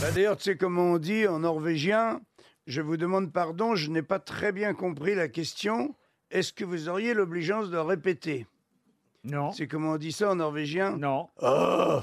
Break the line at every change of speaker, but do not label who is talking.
Bah, D'ailleurs, tu sais, comme on dit en norvégien, je vous demande pardon, je n'ai pas très bien compris la question. Est-ce que vous auriez l'obligeance de répéter
Non.
C'est comment on dit ça en norvégien
Non.
Oh